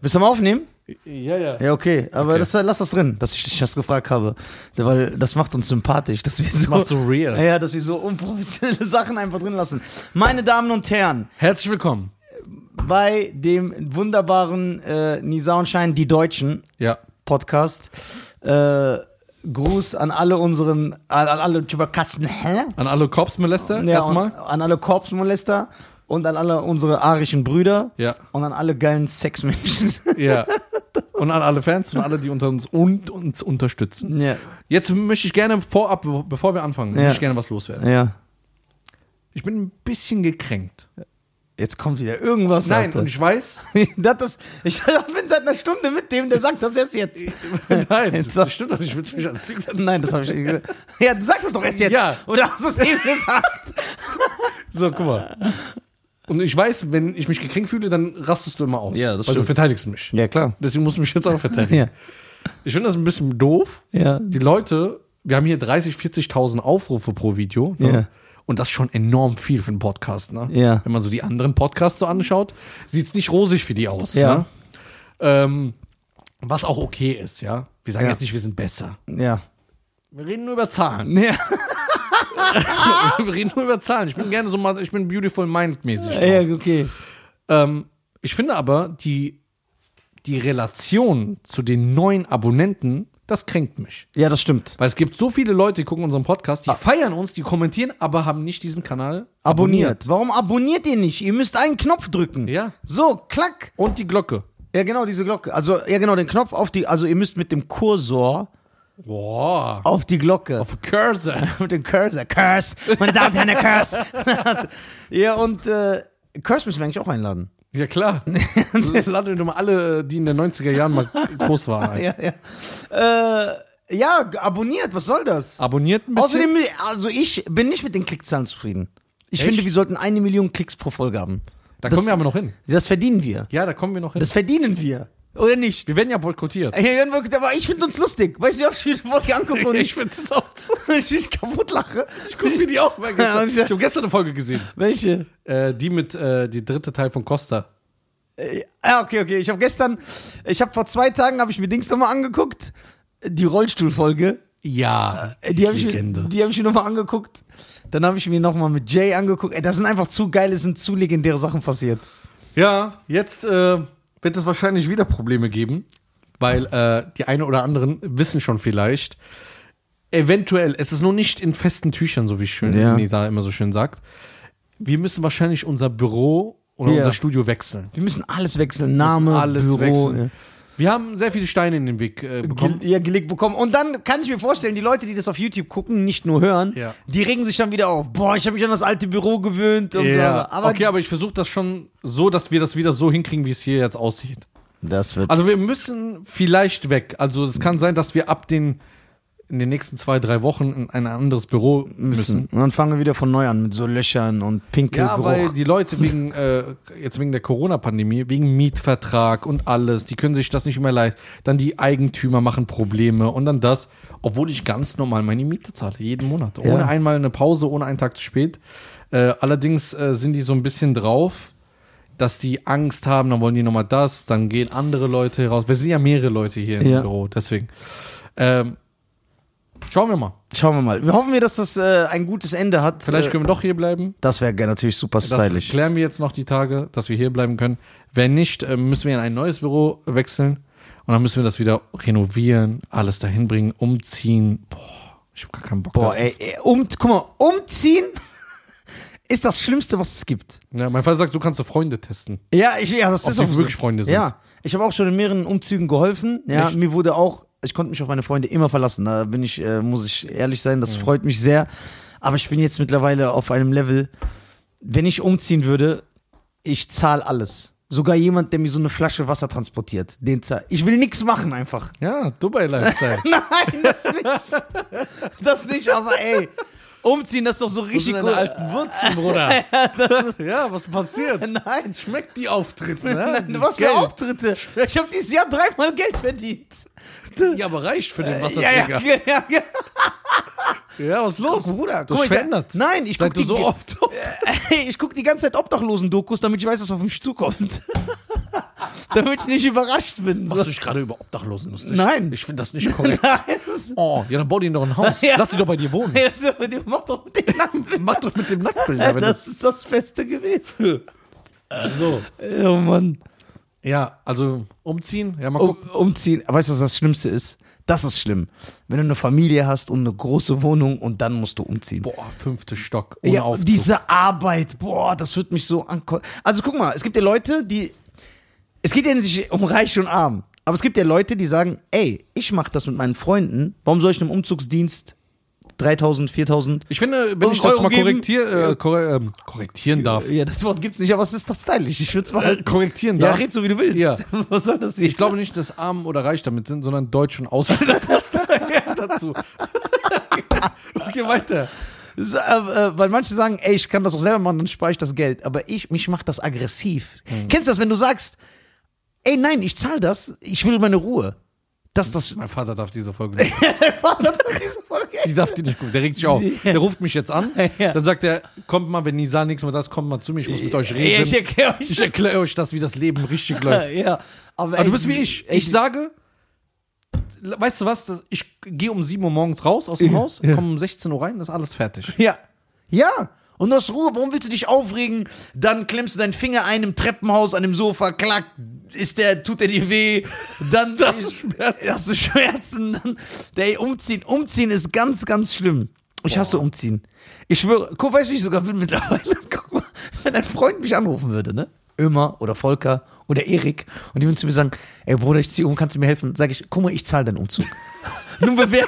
Willst du mal aufnehmen? Ja, ja. Ja, okay. Aber Das, äh, lass das drin, dass ich dich das gefragt habe. Weil das macht uns sympathisch, dass wir so, Macht so real. ja, dass wir so unprofessionelle Sachen einfach drin lassen. Meine Damen und Herren, Herzlich willkommen. bei dem wunderbaren äh, Nisa und Schein, die Deutschen Ja. Podcast, äh, Gruß an alle unseren, an, an alle Typerkasten, hä? An alle Korpsmolester Ja, und, erstmal. an alle Korpsmolester und an alle unsere arischen Brüder Ja. und an alle geilen Sexmenschen. Ja. Und an alle Fans und alle, die unter uns und uns unterstützen. ja. Jetzt möchte ich gerne vorab, be- bevor wir anfangen, Ja. möchte ich gerne was loswerden. ja. Ich bin ein bisschen gekränkt. Jetzt kommt wieder irgendwas. Nein, Alter. und ich weiß. das ist, ich bin seit einer Stunde mit dem, der sagt das erst jetzt. Nein, Jetzt sag- das stimmt doch nicht. Ich will's mich an- Nein, das habe ich nicht gesagt. Ja, du sagst es doch erst jetzt. Ja. Oder hast du es eben gesagt? So, guck mal. Und ich weiß, wenn ich mich gekränkt fühle, dann rastest du immer aus. Ja, das Weil stimmt. du verteidigst mich. Ja, klar. Deswegen musst du mich jetzt auch verteidigen. Ja. Ich finde das ein bisschen doof. Ja. Die Leute, wir haben hier 30, 40.000 Aufrufe pro Video. Ne? Ja. Und das ist schon enorm viel für einen Podcast. Ne? Ja. Wenn man so die anderen Podcasts so anschaut, sieht es nicht rosig für die aus. Ja. Ne? Ähm, was auch okay ist, ja. Wir sagen Ja. jetzt nicht, wir sind besser. Ja. Wir reden nur über Zahlen. Ja, Ah! wir reden nur über Zahlen. Ich bin gerne so mal, ich bin beautiful mind-mäßig. drauf. ja okay. Ähm, ich finde aber, die, die Relation zu den neuen Abonnenten, das kränkt mich. Ja, das stimmt. Weil es gibt so viele Leute, die gucken unseren Podcast, die Ah. feiern uns, die kommentieren, aber haben nicht diesen Kanal Abonniert. Warum abonniert ihr nicht? Ihr müsst einen Knopf drücken. Ja. So, klack. Und die Glocke. Ja, genau, diese Glocke. Also, ja, genau, den Knopf auf die, also ihr müsst mit dem Kursor Boah. auf die Glocke. Auf Cursor. mit dem Cursor. Curse, meine Damen und Herren, der Curse. ja, und äh, Curse müssen wir eigentlich auch einladen. Ja, klar. Laden wir doch mal alle, die in den 90er Jahren mal groß waren. ein. Ja, ja. Äh, ja, g- abonniert, was soll das? Abonniert ein bisschen. Außerdem, also ich bin nicht mit den Klickzahlen zufrieden. Ich Echt? finde, wir sollten eine Million Klicks pro Folge haben. da das- kommen wir aber noch hin. Das verdienen wir. Ja, da kommen wir noch hin. Das verdienen wir. Oder nicht? wir werden ja boykottiert. Ey, Jörn Wolke, Aber ich finde uns lustig. Weißt du, wie oft ich mir die Folge angucke und ich, finde das auch. ich mich kaputt lache? Ich gucke mir die auch mal gestern. Ich- Ich habe gestern eine Folge gesehen. Welche? Äh, die mit, äh, die dritte Teil von Costa. Ja, Äh, ah, okay, okay. Ich habe gestern, ich habe vor zwei Tagen, habe ich mir Dings nochmal angeguckt. Die Rollstuhlfolge. Ja, Äh, Die habe ich, Legende. mir- die hab ich mir nochmal angeguckt. Dann habe ich mir nochmal mit Jay angeguckt. Ey, das sind einfach zu geile, es sind zu legendäre Sachen passiert. Ja, jetzt äh, wird es wahrscheinlich wieder Probleme geben, weil äh, die eine oder anderen wissen schon vielleicht. Eventuell, es ist nur nicht in festen Tüchern, so wie schön Ja. Nisa immer so schön sagt. Wir müssen wahrscheinlich unser Büro oder Ja. unser Studio wechseln. Wir müssen alles wechseln. Name, alles Büro. wechseln. Wir haben sehr viele Steine in den Weg ja. äh, bekommen. Ge ja, gelegt bekommen. Und dann kann ich mir vorstellen, die Leute, die das auf YouTube gucken, nicht nur hören, Ja. die regen sich dann wieder auf. Boah, ich habe mich an das alte Büro gewöhnt. Und bla Ja, bla. Aber okay, aber ich versuche das schon so, dass wir das wieder so hinkriegen, wie es hier jetzt aussieht. das wird. Also wir müssen vielleicht weg. Also es kann sein, dass wir ab den in den nächsten zwei, drei Wochen in ein anderes Büro müssen. Und dann fangen wir wieder von neu an mit so Löchern und Ja, weil Pinkelgeruch. die Leute wegen, äh, jetzt wegen der Corona-Pandemie, wegen Mietvertrag und alles, die können sich das nicht mehr leisten. Dann die Eigentümer machen Probleme und dann das, obwohl ich ganz normal meine Miete zahle, jeden Monat. Ohne Ja. einmal eine Pause, ohne einen Tag zu spät. Äh, allerdings äh, sind die so ein bisschen drauf, dass die Angst haben, dann wollen die nochmal das, dann gehen andere Leute raus. Wir sind ja mehrere Leute hier Ja. im Büro, deswegen. Ähm, schauen wir mal. Schauen wir mal. Wir hoffen wir, dass das äh, ein gutes Ende hat. Vielleicht äh, können wir doch hier bleiben. das wäre natürlich super Das stylisch. klären wir jetzt noch die Tage, dass wir hier bleiben können. Wenn nicht, äh, müssen wir in ein neues Büro wechseln und dann müssen wir das wieder renovieren, alles dahin bringen, umziehen. Boah, ich habe gar keinen Bock. Boah, da- ey, ey, um, guck mal, umziehen ist das Schlimmste, was es gibt. Ja, mein Vater sagt, so kannst du Freunde testen. Ja, ich, ja, das Ob ist sie auch so. wirklich Freunde sind. Ja, ich habe auch schon in mehreren Umzügen geholfen. Ja, Echt? mir wurde auch, ich konnte mich auf meine Freunde immer verlassen. Da bin ich, äh, muss ich ehrlich sein, Mhm. das freut mich sehr. Aber ich bin jetzt mittlerweile auf einem Level, wenn ich umziehen würde, ich zahle alles. Sogar jemand, der mir so eine Flasche Wasser transportiert, den zahl. Ich will nichts machen einfach. Ja, Dubai Lifestyle. Nein, das nicht. Das nicht, aber ey. Umziehen, das ist doch so richtig deine cool. alten Wurzeln, Bruder. ja, was passiert? Nein, Schmeckt die Auftritte, ne? was für Auftritte. Ich habe dieses Jahr dreimal Geld verdient. Ja, aber reicht für den Ja, Äh, ja, Wasserträger. ja, ja, ja. Ja, was ist los? Bruder, Du hast ich, verändert. nein, ich guck, Seit du die, so oft ich guck die ganze Zeit Obdachlosen-Dokus, damit ich weiß, was auf mich zukommt. damit ich nicht überrascht bin. Machst So. du dich gerade über Obdachlosen lustig? Nein. Ich finde das nicht korrekt. Oh, ja, dann bau dir doch ein Haus. Ja. Lass dich doch bei dir wohnen. Ja, so, die macht doch mit den Namen. Mach doch mit dem Nacktbilder. Wenn Das ist das Beste gewesen. das, so. Oh Mann. Ja, also umziehen. Ja, mal Um, gucken. umziehen. Weißt du, was das Schlimmste ist? Das ist schlimm. Wenn du eine Familie hast und eine große Wohnung und dann musst du umziehen. Boah, fünfte Stock. Ohne ja, Aufzug. diese Arbeit, boah, das wird mich so anko. Also guck mal, es gibt ja Leute, die. Es geht ja nicht um Reich und Arm. Aber es gibt ja Leute, die sagen, ey, ich mache das mit meinen Freunden. Warum soll ich einem Umzugsdienst 3000, 4000? Ich finde, wenn ich das Euro mal geben. korrektier, äh, korre- ähm, korrektieren darf. Ja, das Wort gibt's nicht, aber es ist doch stylisch. Ich würde es mal. Äh, korrektieren ja, darf. red so wie du willst. Ja. Was soll das hier? Ich glaube nicht, dass Arm oder Reich damit sind, sondern Deutsch und Ausländer passt da- dazu. okay, weiter. So, äh, äh, weil manche sagen, ey, ich kann das auch selber machen, dann spare ich das Geld. Aber ich, mich macht das aggressiv. Kennst du das, wenn du sagst, ey, nein, ich zahle das, ich will meine Ruhe. Das, das. Mein Vater darf diese Folge nicht. Dein Vater hat diese Folge. Die darf die nicht gucken. Der regt sich auf. Der ruft mich jetzt an. Ja. Dann sagt er, kommt mal, wenn Nisa nichts mehr da ist, kommt mal zu mir. Ich muss mit euch Ja, ich reden. erkläre euch Ich erkläre euch das, wie das Leben richtig läuft. Ja, aber, Aber ey, du bist wie ich. Ich sage, weißt du was, das- ich gehe um 7 Uhr morgens raus aus dem Haus, komme um 16 Uhr rein, das ist alles fertig. Ja. Ja. Und aus Ruhe, warum willst du dich aufregen? Dann klemmst du deinen Finger ein im Treppenhaus, an dem Sofa, klack, ist der, tut er dir weh, dann dann- hast du Schmerzen, dann, ey, umziehen, umziehen ist ganz, ganz schlimm. Ich hasse umziehen. Ich schwöre, guck, weißt du, wie ich sogar bin mittlerweile? Guck mal, wenn ein Freund mich anrufen würde, ne? Ömer oder Volker oder Erik und die würden zu mir sagen, ey Bruder, ich ziehe um, kannst du mir helfen? Sag ich, guck mal, ich zahle deinen Umzug. Nun bewer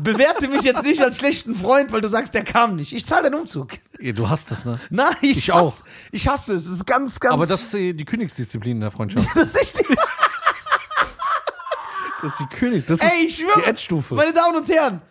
bewerte mich jetzt nicht als schlechten Freund, weil du sagst, der kam nicht. Ich zahle den Umzug. Ja, Du hast das, ne? Nein, ich, Ich hasse, auch. Ich hasse es. Es ist ganz, ganz. Aber das ist äh, die Königsdisziplin in der Freundschaft. das ist echt. Das ist die König. Das ist Ey, ich schwöre. die Endstufe. Meine Damen und Herren.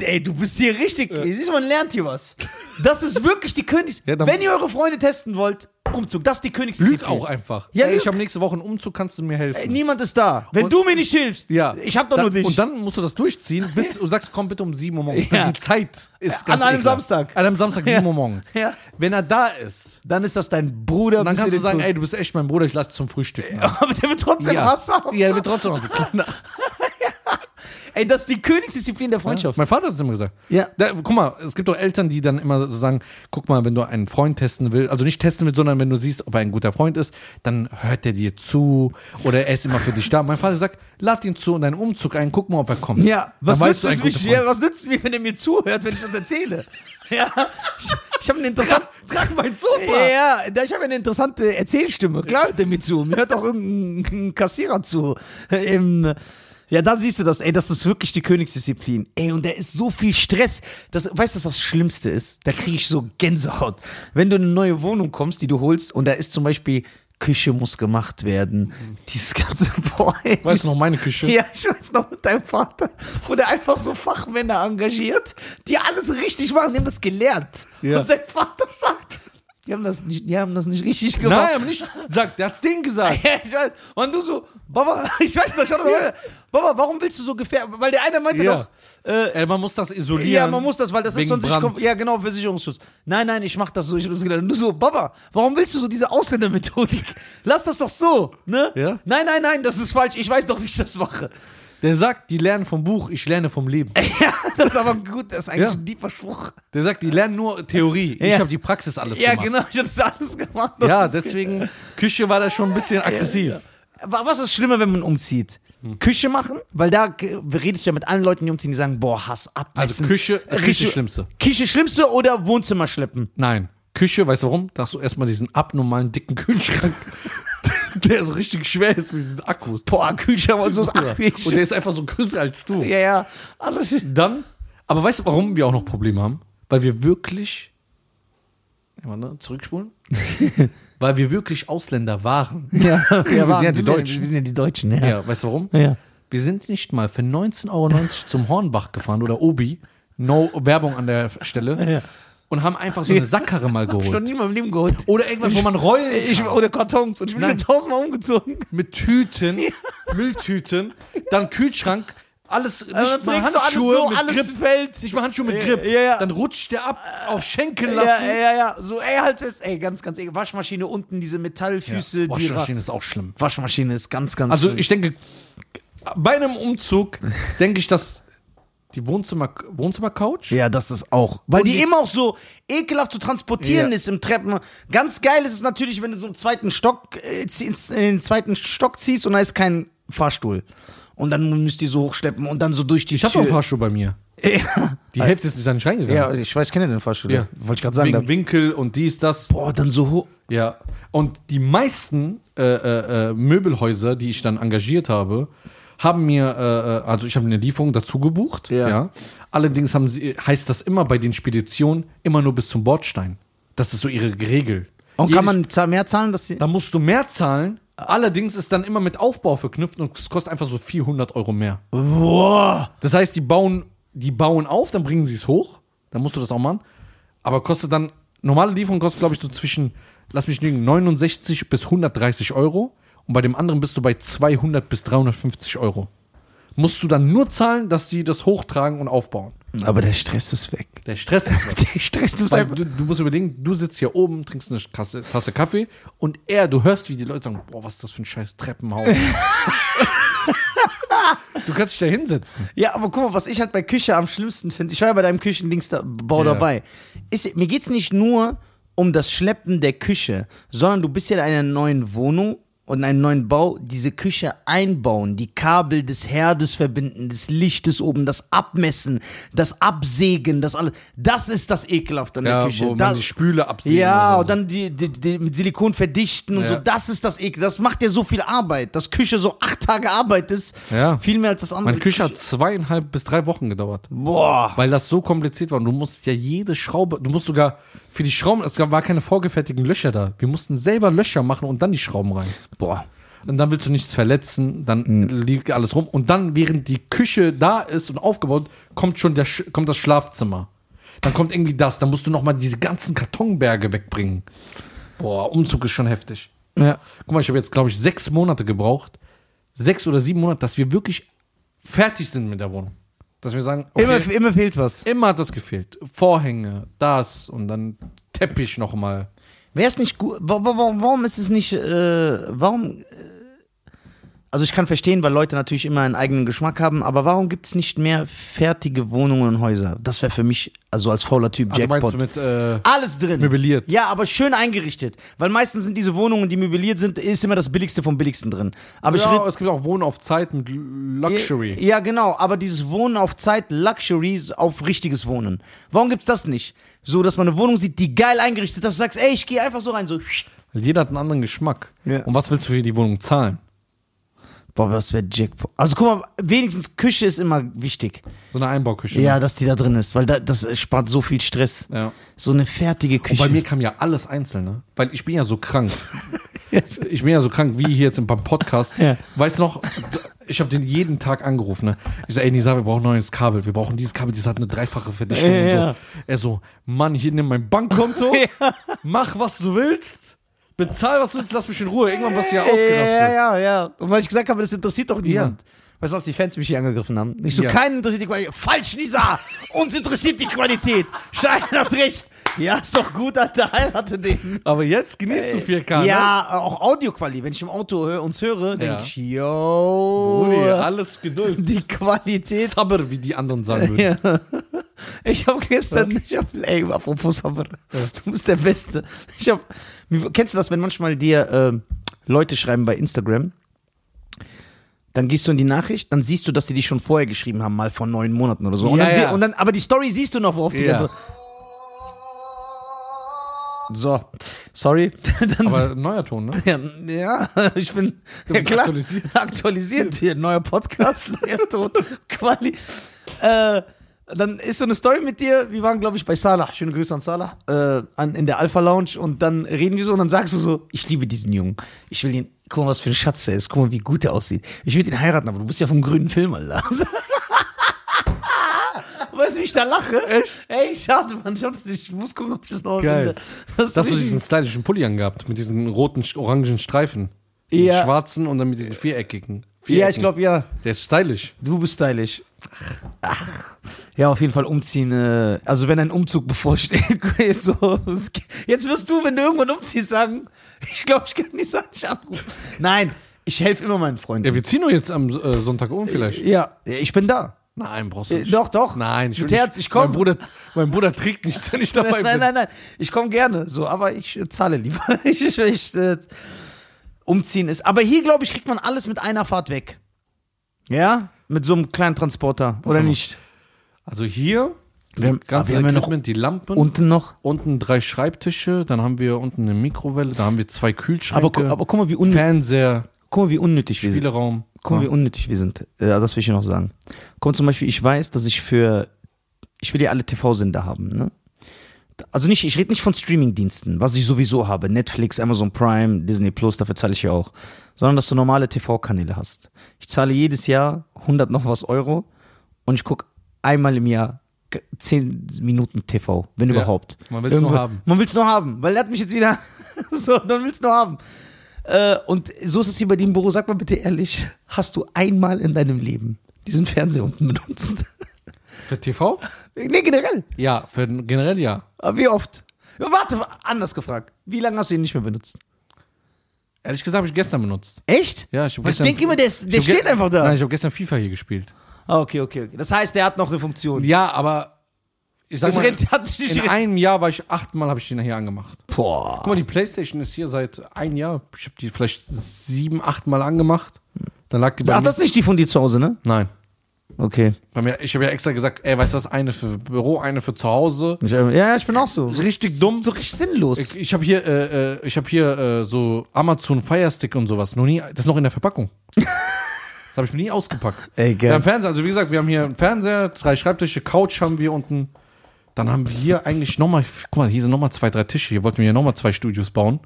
Ey, du bist hier richtig. Siehst du, man lernt hier was. Das ist wirklich die König. Ja, dann- Wenn ihr eure Freunde testen wollt, Umzug. Das ist die Königsdisziplin. Lüg auch einfach. Ja, Ey, ich lüg. habe nächste Woche einen Umzug, kannst du mir helfen? Ey, Niemand ist da. Wenn Und- du mir nicht hilfst, ja. ich hab doch Da- nur dich. Und dann musst du das durchziehen, bis du sagst, komm bitte um 7 Uhr morgens. Ja. Die Zeit ist An ganz einem ekelhaft. Samstag. An einem Samstag 7 Uhr morgens. Ja. Wenn er da ist, Dann ist das dein Bruder. dann bis kannst ihr du den sagen, Tod- ey, du bist echt mein Bruder, ich lass dich zum Frühstück. ne? Aber der wird trotzdem ja. Hass haben. Ja, der wird trotzdem noch geklärt. Ey, das ist die Königsdisziplin der Freundschaft. Mein Vater hat es immer gesagt. Ja. Da, guck mal, es gibt doch Eltern, die dann immer so sagen, guck mal, wenn du einen Freund testen willst, also nicht testen willst, sondern wenn du siehst, ob er ein guter Freund ist, dann hört er dir zu oder er ist immer für dich da. Mein Vater sagt, lad ihn zu in deinen Umzug ein, guck mal, ob er kommt. Ja, was dann nützt, weißt du ein es guter mich, ja, Freund. was nützt es mir, wenn er mir zuhört, wenn ich das erzähle? Ja, ich, ich habe eine interessante. Trag mein Sofa. Ja, da- ich habe eine interessante Erzählstimme. Klar hört er mir zu. Mir hört auch irgendein Kassierer zu. Ähm, ja, da siehst du das. Ey, das ist wirklich die Königsdisziplin. Ey, und da ist so viel Stress. Das, weißt du, was das Schlimmste ist? Da kriege ich so Gänsehaut. Wenn du in eine neue Wohnung kommst, die du holst, und da ist zum Beispiel Küche muss gemacht werden. Dieses ganze Boy. Weißt du noch, meine Küche? Ja, ich weiß noch mit deinem Vater, wo der einfach so Fachmänner engagiert, die alles richtig machen, die haben das gelernt. Ja. Und sein Vater sagt, die haben das nicht, die haben das nicht richtig gemacht. Nein, aber nicht, sagt, der hat's denen gesagt. Ja, ich weiß. Und du so, Baba, ich weiß noch, ich hatte noch- Baba, warum willst du so gefährden? Weil der eine meinte Ja. doch, äh, Ey, man muss das isolieren. ja, man muss das, weil das wegen ist sonst nicht, Brand. kom- ja genau, Versicherungsschutz. Nein, nein, ich mach das so, ich hab das gelernt. Und du so, Baba, warum willst du so diese Ausländermethodik? Lass das doch so, ne? Ja. Nein, nein, nein, das ist falsch, ich weiß doch, wie ich das mache. Der sagt, die lernen vom Buch, ich lerne vom Leben. Ja, das ist aber gut, das ist eigentlich Ja. ein tiefer Spruch. Der sagt, die lernen nur Theorie. Ich Ja. habe die Praxis alles ja, gemacht. genau, ich habe das alles gemacht. Ja, deswegen, Küche war da schon ein bisschen aggressiv. Aber was ist schlimmer, wenn man umzieht? Hm. Küche machen, weil da g- redest du ja mit allen Leuten, die umziehen, die sagen, boah, Hass ab. Also Küche, Küche Schlimmste. Küche schlimmste oder Wohnzimmer schleppen? Nein. Küche, weißt du warum? Da hast du erstmal diesen abnormalen dicken Kühlschrank, der so richtig schwer ist mit diesen Akkus. Boah, Küche, aber so ist Ja. ach, Und Küche. der ist einfach so größer als du. Ja, ja. Alles, Dann, aber weißt du, warum wir auch noch Probleme haben? Weil wir wirklich. Ja, warte, zurückspulen? Weil wir wirklich Ausländer waren. ja, wir waren- sind ja die Deutschen. Wir sind ja die Deutschen, ja. Ja, weißt du warum? Ja. Wir sind nicht mal für 19,90 Euro zum Hornbach gefahren oder Obi. No Werbung an der Stelle. Ja. Und haben einfach so eine Sackkarre mal Ich habe geholt. nie in meinem Leben geholt. Oder irgendwas, wo man rollen Ich, kann. oder Kartons. Und ich bin Oh. Nein. schon tausendmal umgezogen. mit Tüten, Mülltüten, dann Kühlschrank. alles, nicht Also Dann mal trägst du alles Handschuhe so, mit alles Grip. fällt. Nicht mal Handschuhe mit Ja, Grip. ja, ja. Äh, Dann rutscht der ab auf Schenkel Ja, lassen. ja, ja, ja. So, ey, halt fest. Ey, ganz, ganz ekel. Waschmaschine unten, diese Metallfüße. die ra- Waschmaschine ist auch schlimm. Waschmaschine ist ganz, ganz Also schlimm. ich denke, bei einem Umzug denke ich, dass die Wohnzimmer, Wohnzimmercouch Ja, das ist auch. Weil die, die- immer auch so ekelhaft zu transportieren Ja. ist im Treppen. Ganz geil ist es natürlich, wenn du so im zweiten Stock, äh, zie- ins- in den zweiten Stock ziehst und da ist kein Fahrstuhl. Und dann müsst ihr so hochschleppen und dann so durch die Ich habe doch einen Fahrstuhl bei mir. Die Hälfte ist da nicht reingegangen. Ja, ich weiß, kenne den Fahrstuhl. Ja. Wollte ich gerade sagen. Wegen Da, Winkel und dies, das. boah, dann so hoch. Ja. Und die meisten äh, äh, äh, Möbelhäuser, die ich dann engagiert habe, haben mir, äh, äh, also ich habe eine Lieferung dazu gebucht. Ja. Allerdings haben sie, heißt das immer bei den Speditionen immer nur bis zum Bordstein. Das ist so ihre Regel. Und Jedes- kann man zahl- mehr zahlen? Dass die, Da musst du mehr zahlen. Allerdings ist dann immer mit Aufbau verknüpft und es kostet einfach so 400 Euro mehr. boah. Das heißt, die bauen, die bauen auf, dann bringen sie es hoch. Dann musst du das auch machen. Aber kostet dann, normale Lieferung kostet, glaube ich, so zwischen, lass mich liegen, 69 bis 130 Euro. Und bei dem anderen bist du bei 200 bis 350 Euro. Musst du dann nur zahlen, dass die das hochtragen und aufbauen. Aber der Stress ist weg. Der Stress ist weg. Der Stress, du bist Weil einfach. du, du musst überlegen, du sitzt hier oben, trinkst eine Kasse, Tasse Kaffee und er, du hörst, wie die Leute sagen, boah, was ist das für ein scheiß Treppenhaus. du kannst dich da hinsetzen. Ja, aber guck mal, was ich halt bei Küche am schlimmsten finde, ich war ja bei deinem Küchendings da, Bau Ja. dabei. Ist, mir geht's nicht nur um das Schleppen der Küche, sondern du bist ja in einer neuen Wohnung und in einem neuen Bau, diese Küche einbauen, die Kabel des Herdes verbinden, des Lichtes oben, das Abmessen, das Absägen, das alles. Das ist das Ekelhafte an der Ja, Küche. wo das, man die Spüle absieht. ja, oder und dann die, die, die mit Silikon verdichten und Ja. so. Das ist das Ekel. Das macht dir so viel Arbeit. Dass Küche so acht Tage Arbeit ist. Ja. Viel mehr als das so. andere. Meine Küche hat zweieinhalb bis drei Wochen gedauert. Boah. Weil das so kompliziert war. Und du musst ja jede Schraube, du musst sogar für die Schrauben, es gab- war keine vorgefertigten Löcher da. Wir mussten selber Löcher machen und dann die Schrauben rein. Boah. Und dann willst du nichts verletzen, dann Hm. liegt alles rum. Und dann, während die Küche da ist und aufgebaut, kommt schon der, Sch- kommt das Schlafzimmer. Dann kommt irgendwie das, dann musst du nochmal diese ganzen Kartonberge wegbringen. Boah, Umzug ist schon heftig. Ja. Guck mal, ich habe jetzt, glaube ich, sechs Monate gebraucht, sechs oder sieben Monate, dass wir wirklich fertig sind mit der Wohnung. Dass wir sagen, okay, Immer, immer fehlt was. immer hat das gefehlt. Vorhänge, das und dann Teppich nochmal. Wäre es nicht gut, wa- wa- wa- warum ist es nicht, äh, warum, äh, also ich kann verstehen, weil Leute natürlich immer einen eigenen Geschmack haben, aber warum gibt es nicht mehr fertige Wohnungen und Häuser? Das wäre für mich, also als fauler Typ, Also Jackpot. meinst du mit, äh, alles drin. Möbliert. Ja, aber schön eingerichtet. Weil meistens sind diese Wohnungen, die möbliert sind, ist immer das Billigste vom Billigsten drin. Aber ich ja, rede. es gibt auch Wohnen auf Zeit mit Luxury. Ja, genau. Aber dieses Wohnen auf Zeit, Luxury auf richtiges Wohnen. Warum gibt's das nicht? So, dass man eine Wohnung sieht, die geil eingerichtet ist, dass du sagst, ey, ich gehe einfach so rein, so. Weil Jeder hat einen anderen Geschmack. Ja. Und was willst du für die Wohnung zahlen? Boah, das wäre Jackpot. Also guck mal, wenigstens Küche ist immer wichtig. So eine Einbauküche. Ja, ne? dass die da drin ist, weil da, das spart so viel Stress. ja. So eine fertige Und Küche. bei mir kam ja alles einzeln, ne? Weil ich bin ja so krank. ich bin ja so krank wie hier jetzt im beim Podcast. Ja. Weiß noch, ich habe den jeden Tag angerufen, ne? Ich sag, ey, Nisa, wir brauchen neues Kabel. Wir brauchen dieses Kabel, das hat eine dreifache Verdichtung Ja, und so. ja. Er so, Mann, hier nimm mein Bankkonto, mach was du willst, bezahl was du willst, lass mich in Ruhe. Irgendwann was hier ausgerastet. Ja, ja, ja. Und weil ich gesagt habe, das interessiert doch niemand. Weißt du, als die Fans mich hier angegriffen haben? Nicht so, Ja. keinen interessiert die Qualität. Falsch, Nisa! Uns interessiert die Qualität! Schein hat recht! Ja, ist doch gut, Alter, heirate den. Aber jetzt genießt du 4K. ne? Äh, ja, auch Audioqualität. Wenn ich im Auto hö- uns höre, denke Ja. ich, yo, Rudi, alles Geduld. die Qualität Sabber, wie die anderen sagen würden. Ja. Ich habe gestern, ich hab, ey, apropos Hammer, du bist der Beste. Ich hab, mir- kennst du das, wenn manchmal dir ähm, Leute schreiben bei Instagram, dann gehst du in die Nachricht, dann siehst du, dass die dich schon vorher geschrieben haben, mal vor neun Monaten oder so. Und Ja, dann sie- ja. und dann, aber die Story siehst du noch, worauf die Ja. Leute- So, sorry. dann Aber neuer Ton, ne? ja, ja, ich bin Du ja, bist klar, aktualisiert. aktualisiert. hier, neuer Podcast, neuer Ton, Quali. Äh, dann ist so eine Story mit dir, wir waren, glaube ich, bei Salah, schöne Grüße an Salah, äh, an, in der Alpha Lounge und dann reden wir so und dann sagst du so, ich liebe diesen Jungen, ich will ihn, guck mal, was für ein Schatz er ist, guck mal, wie gut er aussieht. Ich will ihn heiraten, aber du bist ja vom grünen Film, Alter. Weißt du, wie ich da lache? Echt? Ey, schade, Mann, ich, hab's nicht. ich muss gucken, ob ich das noch Geil. finde. Das ist Dass du richtig- diesen stylischen Pulli angehabt mit diesen roten, sch- orangen Streifen. Diesen Ja. schwarzen und dann mit diesen viereckigen. Ja, ich glaube, ja. Der ist stylisch. Du bist stylisch. Ach. Ja, auf jeden Fall umziehen. äh, Also wenn ein Umzug bevorsteht, so, jetzt wirst du, wenn du irgendwann umziehst, sagen, ich glaube, ich kann nicht sagen, ich anrufe. Nein, ich helfe immer meinen Freunden. Ja, wir ziehen doch jetzt am äh, Sonntag um vielleicht. Ja, ich bin da. Nein, brauchst du Äh, nicht. Doch, doch. Nein, ich ich will Mit Herz, nicht. ich komme. Mein Bruder, mein Bruder trägt nichts, wenn ich dabei nein, bin. nein, nein. Ich komme gerne. So, aber ich äh, zahle lieber. Ich, ich, ich, äh, umziehen ist. Aber hier, glaube ich, kriegt man alles mit einer Fahrt weg. Ja? Mit so einem kleinen Transporter. Oder mal. nicht? Also hier, Wir haben- ganz aber wir haben ja noch- Equipment, die Lampen, Unten noch. unten drei Schreibtische, dann haben wir unten eine Mikrowelle, da haben wir zwei Kühlschränke, Aber, gu- aber guck, mal, wie un Fernseher, guck mal, wie unnötig wir sind. Spielraum. Guck mal, wie Ja. unnötig wir sind. Äh, das will ich hier noch sagen. Guck mal, zum Beispiel, ich weiß, dass ich für. Ich will ja alle TV-Sender haben, ne? Also nicht, ich rede nicht von Streaming-Diensten, was ich sowieso habe. Netflix, Amazon Prime, Disney Plus, dafür zahle ich ja auch. Sondern, dass du normale TV-Kanäle hast. Ich zahle jedes Jahr 100 noch was Euro und ich gucke einmal im Jahr g- 10 Minuten TV, wenn Ja. überhaupt. Man will's nur Irgendwo- haben. Man will es nur haben, weil er hat mich jetzt wieder. so, dann will es nur haben. Äh, und so ist es hier bei dir im Büro. Sag mal bitte ehrlich, hast du einmal in deinem Leben diesen Fernseher unten benutzt? Für TV? nee, generell. Ja, für generell ja. Aber Ah, Wie oft? Ja, warte, anders gefragt. Wie lange hast du ihn nicht mehr benutzt? Ehrlich gesagt habe ich gestern benutzt. Echt? Ja, ich, hab Weil ich gestern, denke immer, der, ist, der ich hab ge- steht einfach da. Nein, ich habe gestern FIFA hier gespielt. Ah, okay, okay, okay. Das heißt, der hat noch eine Funktion. Ja, aber ich sag Das mal, Rent hat sich nicht in gerechnet. einem Jahr war ich achtmal, habe ich den hier angemacht. Boah. Guck mal, die Playstation ist hier seit ein Jahr. Ich habe die vielleicht sieben, achtmal angemacht. Dann lag die bei Ach, mir. das ist nicht die von dir zu Hause, ne? Nein. Okay. Bei mir, ich habe ja extra gesagt, ey, weißt du was, eine für Büro, eine für zu Hause. Ich, äh, ja, ja, ich bin auch so. So Richtig dumm. so richtig sinnlos. Ich, ich habe hier, äh, äh, ich hab hier äh, so Amazon Fire Stick und sowas. Noch nie, das ist noch in der Verpackung. das habe ich noch nie ausgepackt. Ey, Wir gell. haben Fernseher, also wie gesagt, wir haben hier einen Fernseher, drei Schreibtische, Couch haben wir unten. Dann haben wir hier eigentlich nochmal, guck mal, hier sind nochmal zwei, drei Tische. Hier wollten wir hier nochmal zwei Studios bauen.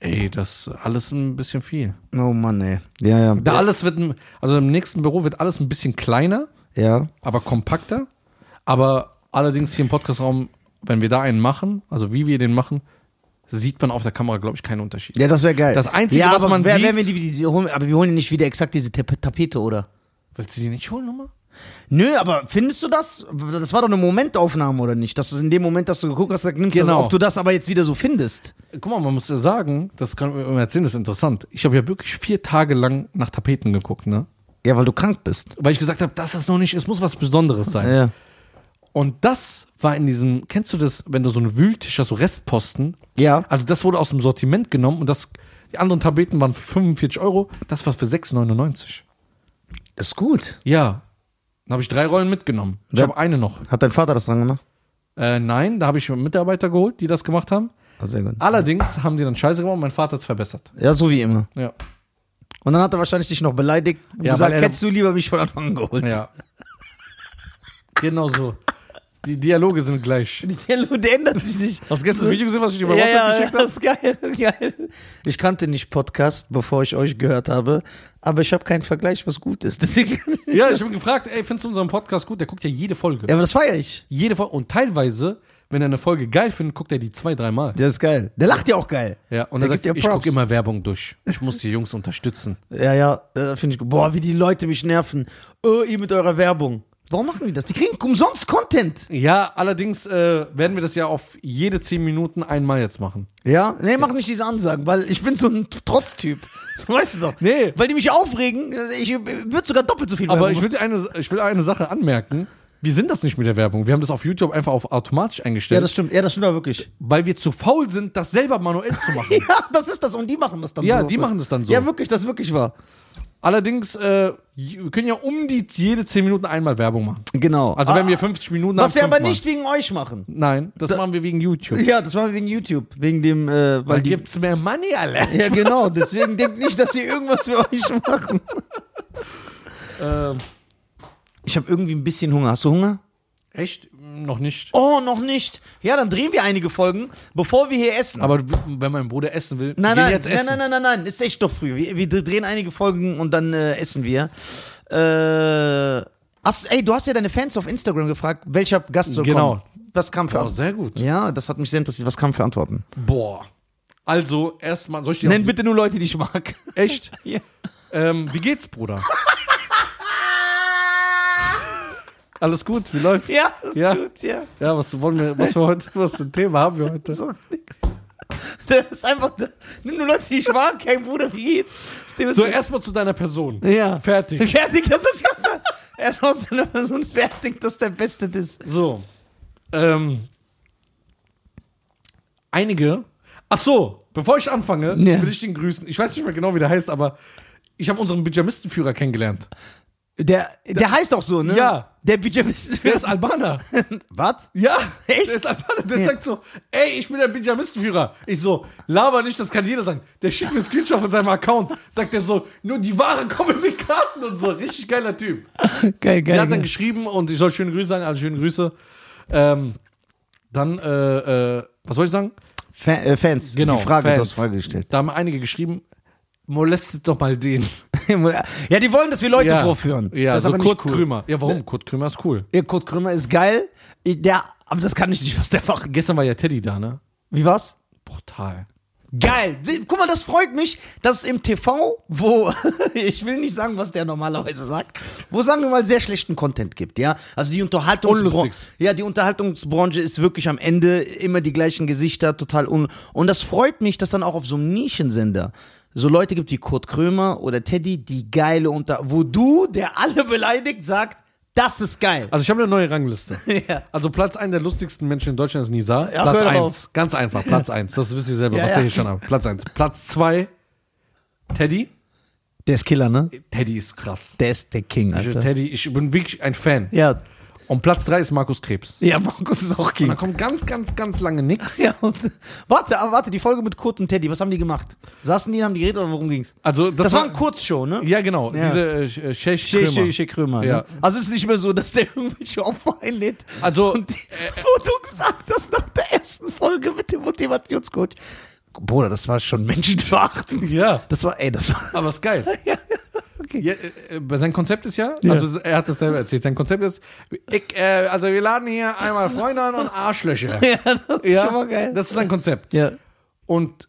Ey, das ist alles ein bisschen viel. Oh Mann, ey. Ja, ja. Da alles wird, ein- also im nächsten Büro wird alles ein bisschen kleiner, ja. aber kompakter. Aber allerdings hier im Podcastraum, wenn wir da einen machen, also wie wir den machen, sieht man auf der Kamera, glaube ich, keinen Unterschied. Ja, das wäre geil. Das Einzige, ja, was aber man wer, sieht- Wer wir die, die, die holen, aber wir holen ja nicht wieder exakt diese Tap Tapete, oder? Willst du die nicht holen nochmal? Nö, aber findest du das? Das war doch eine Momentaufnahme, oder nicht? Dass du in dem Moment, dass du geguckt hast, nimmst genau. Genau. also, ob du das aber jetzt wieder so findest. Guck mal, man muss ja sagen, das kann man erzählen, das ist interessant. Ich habe ja wirklich vier Tage lang nach Tapeten geguckt, ne? Ja, weil du krank bist. Weil ich gesagt habe, das ist noch nicht, es muss was Besonderes sein. Ja. Und das war in diesem, kennst du das, wenn du so einen Wühltisch hast, so Restposten? Ja. Also das wurde aus dem Sortiment genommen und das, die anderen Tapeten waren für 45 Euro, das war für 6,99. Das ist gut. Ja. Dann habe ich drei Rollen mitgenommen. Ich Ja. habe eine noch. Hat dein Vater das dran gemacht? Äh, nein, da habe ich Mitarbeiter geholt, die das gemacht haben. Ah, sehr gut. Allerdings haben die dann Scheiße gemacht und mein Vater hat es verbessert. Ja, so wie immer. Ja. Und dann hat er wahrscheinlich dich noch beleidigt und Ja, gesagt, weil er- hättest du lieber mich von Anfang an geholt. Ja. genau so. Die Dialoge sind gleich. Der, der ändert sich nicht. Hast du gestern das Video gesehen, was ich dir bei ja, WhatsApp ja, geschickt habe? das ist geil, geil. Ich kannte nicht Podcast, bevor ich euch gehört habe, aber ich habe keinen Vergleich, was gut ist. Deswegen Ja, ich habe ihn gefragt, ey, findest du unseren Podcast gut? Der guckt ja jede Folge. Ja, aber das feiere ich. Jede Folge. Und teilweise, wenn er eine Folge geil findet, guckt er die zwei, dreimal. Der ist geil. Der lacht ja auch geil. Ja, und Der er sagt, gibt ja ich Props. gucke immer Werbung durch. Ich muss die Jungs unterstützen. Ja, ja, äh, finde ich gut. Boah, wie die Leute mich nerven. Oh, ihr mit eurer Werbung. Warum machen die das? Die kriegen umsonst Content. Ja, allerdings äh, werden wir das ja auf jede zehn Minuten einmal jetzt machen. Ja? Nee, mach nicht diese Ansagen, weil ich bin so ein Trotztyp. Weißt du doch. Nee. Weil die mich aufregen. Ich würde sogar doppelt so viel Aber Werbung ich will, eine, ich will eine Sache anmerken. Wir sind das nicht mit der Werbung. Wir haben das auf YouTube einfach auf automatisch Ja, eingestellt, das stimmt. Ja, das stimmt aber wirklich. weil wir zu faul sind, das selber manuell zu machen. Ja, das ist das. Und die machen das dann Ja, so. die machen das dann so. Ja, wirklich, das ist wirklich wahr. Allerdings, äh, wir können ja um die jede zehn Minuten einmal Werbung machen. Genau. Also wenn Ah, wir 50 Minuten Was wir aber fünfmal. nicht wegen euch machen. Nein, das machen wir wegen YouTube. Ja, das machen wir wegen YouTube. Wegen dem, äh, weil Weil die. gibt's mehr Money, alle. Ja, genau. Deswegen denkt nicht, dass wir irgendwas für euch machen. Ähm, Ich habe irgendwie ein bisschen Hunger. Hast du Hunger? echt? Noch nicht. Oh, noch nicht. Ja, dann drehen wir einige Folgen, bevor wir hier essen. Aber w- wenn mein Bruder essen will, nein, wir nein, jetzt nein, essen. nein, nein, nein, nein, ist echt doch früh. Wir, wir drehen einige Folgen und dann äh, essen wir. Äh, hast, ey, du hast ja deine Fans auf Instagram gefragt, welcher Gast so Genau. kommt. Was kam für Oh, Antworten? sehr gut. Ja, das hat mich sehr interessiert. Was kam für Antworten? Boah. Also, erstmal, soll ich dir Nenn auch- bitte nur Leute, die ich mag. Echt? Ja. Ähm, wie geht's, Bruder? Alles gut, wie läuft's? Ja, ist Ja. gut, ja. Ja, was wollen wir, was wir heute, was für ein Thema haben wir heute? So, nix. Das ist einfach. Nimm nur Leute, die ich mag. Hey Bruder, wie geht's? Das Thema ist- So, erstmal zu deiner Person. ja. Fertig. Fertig, das ist ganz. Erstmal aus deiner Person fertig, dass der Beste ist. So. Ähm, einige. Ach so, bevor ich anfange, Ja. will ich den grüßen. Ich weiß nicht mehr genau, wie der heißt, aber ich habe unseren Pyjamistenführer kennengelernt. Der, der heißt auch so, ne? Ja. Der Pyjamisten. Der ist Albaner. Was? Ja, Echt? Der ist Albaner. Der sagt so, ey, ich bin der Pyjamistenführer. Ich so, laber nicht, das kann jeder sagen. Der schickt mir einen Screenshot von seinem Account. Sagt er so, nur die wahren Kommunikaten und so. Richtig geiler Typ. Geil, Der geil. hat dann geil. geschrieben und ich soll schöne Grüße sagen, alle schöne Grüße. Ähm, dann, äh, äh, was soll ich sagen? Fa äh, Fans. Genau, Die Frage, Fans. du hast Frage gestellt. Da haben einige geschrieben, molestet doch mal den. ja, die wollen, dass wir Leute vorführen. Ja, das so aber Kurt nicht cool. Krümer. Ja, warum? Kurt Krümer ist cool. Ja, Kurt Krümmer ist geil. Ich, der, aber das kann ich nicht, was der macht. Gestern war ja Teddy da, ne? Wie war's? Brutal. Geil. Sie- Guck mal, das freut mich, dass im TV, wo, ich will nicht sagen, was der normalerweise sagt, wo sagen wir mal sehr schlechten Content gibt, ja. Also die Unterhaltungsbranche. Unlustigst. Ja, die Unterhaltungsbranche ist wirklich am Ende immer die gleichen Gesichter, total un. Und das freut mich, dass dann auch auf so einem Nischensender so Leute gibt wie Kurt Krömer oder Teddy, die geile Unter, wo du, der alle beleidigt, sagt, das ist geil. Also ich habe eine neue Rangliste. Ja. Also Platz 1 der lustigsten Menschen in Deutschland ist Nisa. Ja, Platz hör doch 1. Ganz einfach, Platz 1. Das wisst ihr selber, Ja, was ja. der hier schon hat. Platz 1. Platz 2, Teddy. Der ist Killer, ne? Teddy ist krass. Der ist der King, Ich- Alter. Teddy, ich bin wirklich ein Fan. Ja. Und Platz 3 ist Markus Krebs. Ja, Markus ist auch Da King. kommt ganz, ganz, ganz lange nix. Ja, und, warte, aber warte, die Folge mit Kurt und Teddy, was haben die gemacht? Saßen die, und haben die geredet oder worum ging's? Also Das, war eine Kurzshow, ne? Ja, genau. Ja. Diese äh, Sch- äh, Scheich Shea- Krömer. Shea- Shea Krömer Ja. ne? Also es ist nicht mehr so, dass der irgendwelche Opfer einlädt. Also, und die, wo du gesagt hast, nach der ersten Folge mit dem Motivationscoach. Bruder, das war schon menschenverachtend. Ja. Das war, ey, das war. äh, aber ist geil. Okay. Ja, äh, äh, sein Konzept ist ja, Ja. also er hat das selber erzählt, sein Konzept ist, ich, äh, also wir laden hier einmal Freunde an und Arschlöcher. Ja, das ist schon mal geil. Das ist sein Konzept. ja. Und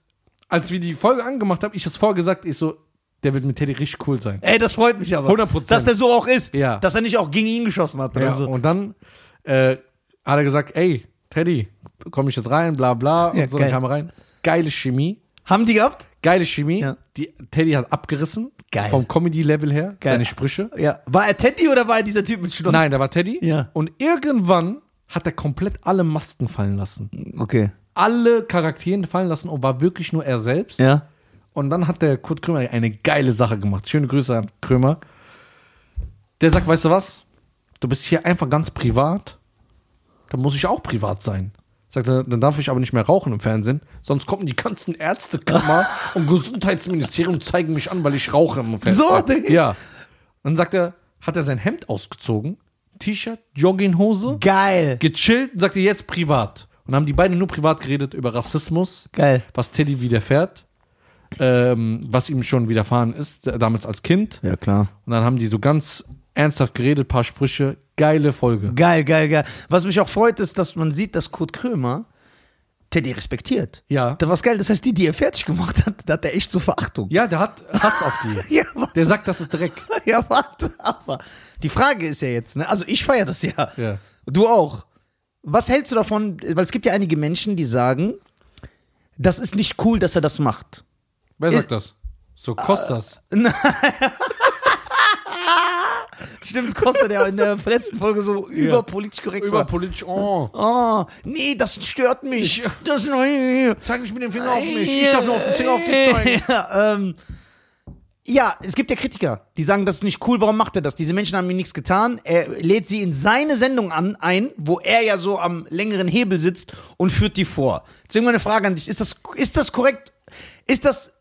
als wir die Folge angemacht haben, ich das vorgesagt, ich so, der wird mit Teddy richtig cool sein. Ey, das freut mich aber. 100%. Dass der so auch ist. Ja. Dass er nicht auch gegen ihn geschossen hat. Oder Ja, so. Und dann äh, hat er gesagt, ey, Teddy, komme ich jetzt rein, bla bla. Und Ja, so, dann geil. kam er rein. Geile Chemie. Haben die gehabt? Geile Chemie. Ja. Die, Teddy hat abgerissen. Geil. Vom Comedy-Level her. Geil. Seine Sprüche. Ja. War er Teddy oder war er dieser Typ mit Schnurr? Nein, da war Teddy. Ja. Und irgendwann hat er komplett alle Masken fallen lassen. Okay. Alle Charakteren fallen lassen und war wirklich nur er selbst. Ja. Und dann hat der Kurt Krömer eine geile Sache gemacht. Schöne Grüße an Krömer. Der sagt, weißt du was? Du bist hier einfach ganz privat. Dann muss ich auch privat sein. Sagt er, dann darf ich aber nicht mehr rauchen im Fernsehen, sonst kommen die ganzen Ärztekammer und Gesundheitsministerium zeigen mich an, weil ich rauche im Fernsehen. So, Digga. Ja. Dann sagt er, hat er sein Hemd ausgezogen, T-Shirt, Jogginghose, Geil. gechillt und sagte jetzt privat. Und haben die beiden nur privat geredet über Rassismus, Geil. was Teddy widerfährt, ähm, was ihm schon widerfahren ist, äh, damals als Kind. Ja, klar. Und dann haben die so ganz ernsthaft geredet, paar Sprüche, geile Folge. Geil, geil, geil. Was mich auch freut, ist, dass man sieht, dass Kurt Krömer Teddy respektiert. Ja. Das war geil. Das heißt, die, die er fertig gemacht hat, da hat er echt zur Verachtung. Ja, der hat Hass auf die. Ja, warte, Der sagt, das ist Dreck. ja, warte. Aber die Frage ist ja jetzt, ne? Also ich feiere das ja. Ja. Du auch. Was hältst du davon? Weil es gibt ja einige Menschen, die sagen, das ist nicht cool, dass er das macht. Wer sagt das? So Kostas. Stimmt, Costa, der in der letzten Folge so überpolitisch korrekt war. Überpolitisch, Äh, oh. Oh, nee, das stört mich. Ich- Das neue. Zeig nicht mit dem Finger auf mich. Ich darf nur auf den Finger auf dich zeigen. Ja, ähm, ja, es gibt ja Kritiker, die sagen, das ist nicht cool, warum macht er das? Diese Menschen haben ihm nichts getan. Er lädt sie in seine Sendung an, ein, wo er ja so am längeren Hebel sitzt und führt die vor. Deswegen meine Frage an dich, ist das, ist das korrekt? Ist das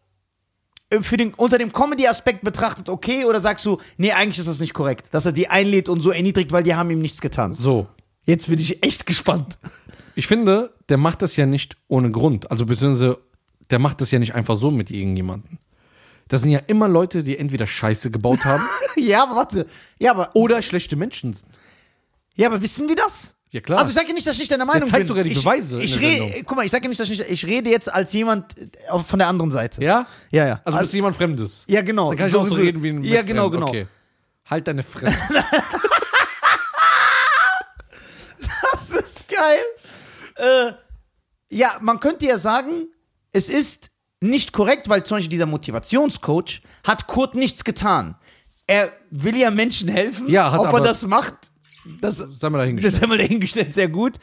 äh, für den, unter dem Comedy-Aspekt betrachtet okay oder sagst du, nee, eigentlich ist das nicht korrekt, dass er die einlädt und so erniedrigt, weil die haben ihm nichts getan? So. Jetzt bin ich echt gespannt. Ich finde, der macht das ja nicht ohne Grund. Also beziehungsweise, der macht das ja nicht einfach so mit irgendjemandem. Das sind ja immer Leute, die entweder Scheiße gebaut haben ja, aber warte. Ja, aber oder schlechte Menschen sind. Ja, aber wissen wir das? Ja, klar. Also ich sage ja nicht, dass ich nicht deiner Meinung zeigt bin. sogar die ich, Beweise Ich in der rede, Sendung. guck mal, ich sage ja nicht, dass ich nicht, ich rede jetzt als jemand äh, von der anderen Seite. ja? ja, ja. Also, bist du jemand Fremdes? ja, genau. Dann kann ich So auch so rede- reden wie ein Ja, Mitfremd. genau, genau. Okay. Halt deine Fresse. Das ist geil. Äh, ja, man könnte ja sagen, es ist nicht korrekt, weil zum Beispiel dieser Motivationscoach hat Kurt nichts getan. Er will ja Menschen helfen. Ja, hat Ob aber- er das macht, das Sei mal dahingestellt. Das haben wir dahingestellt, sehr gut.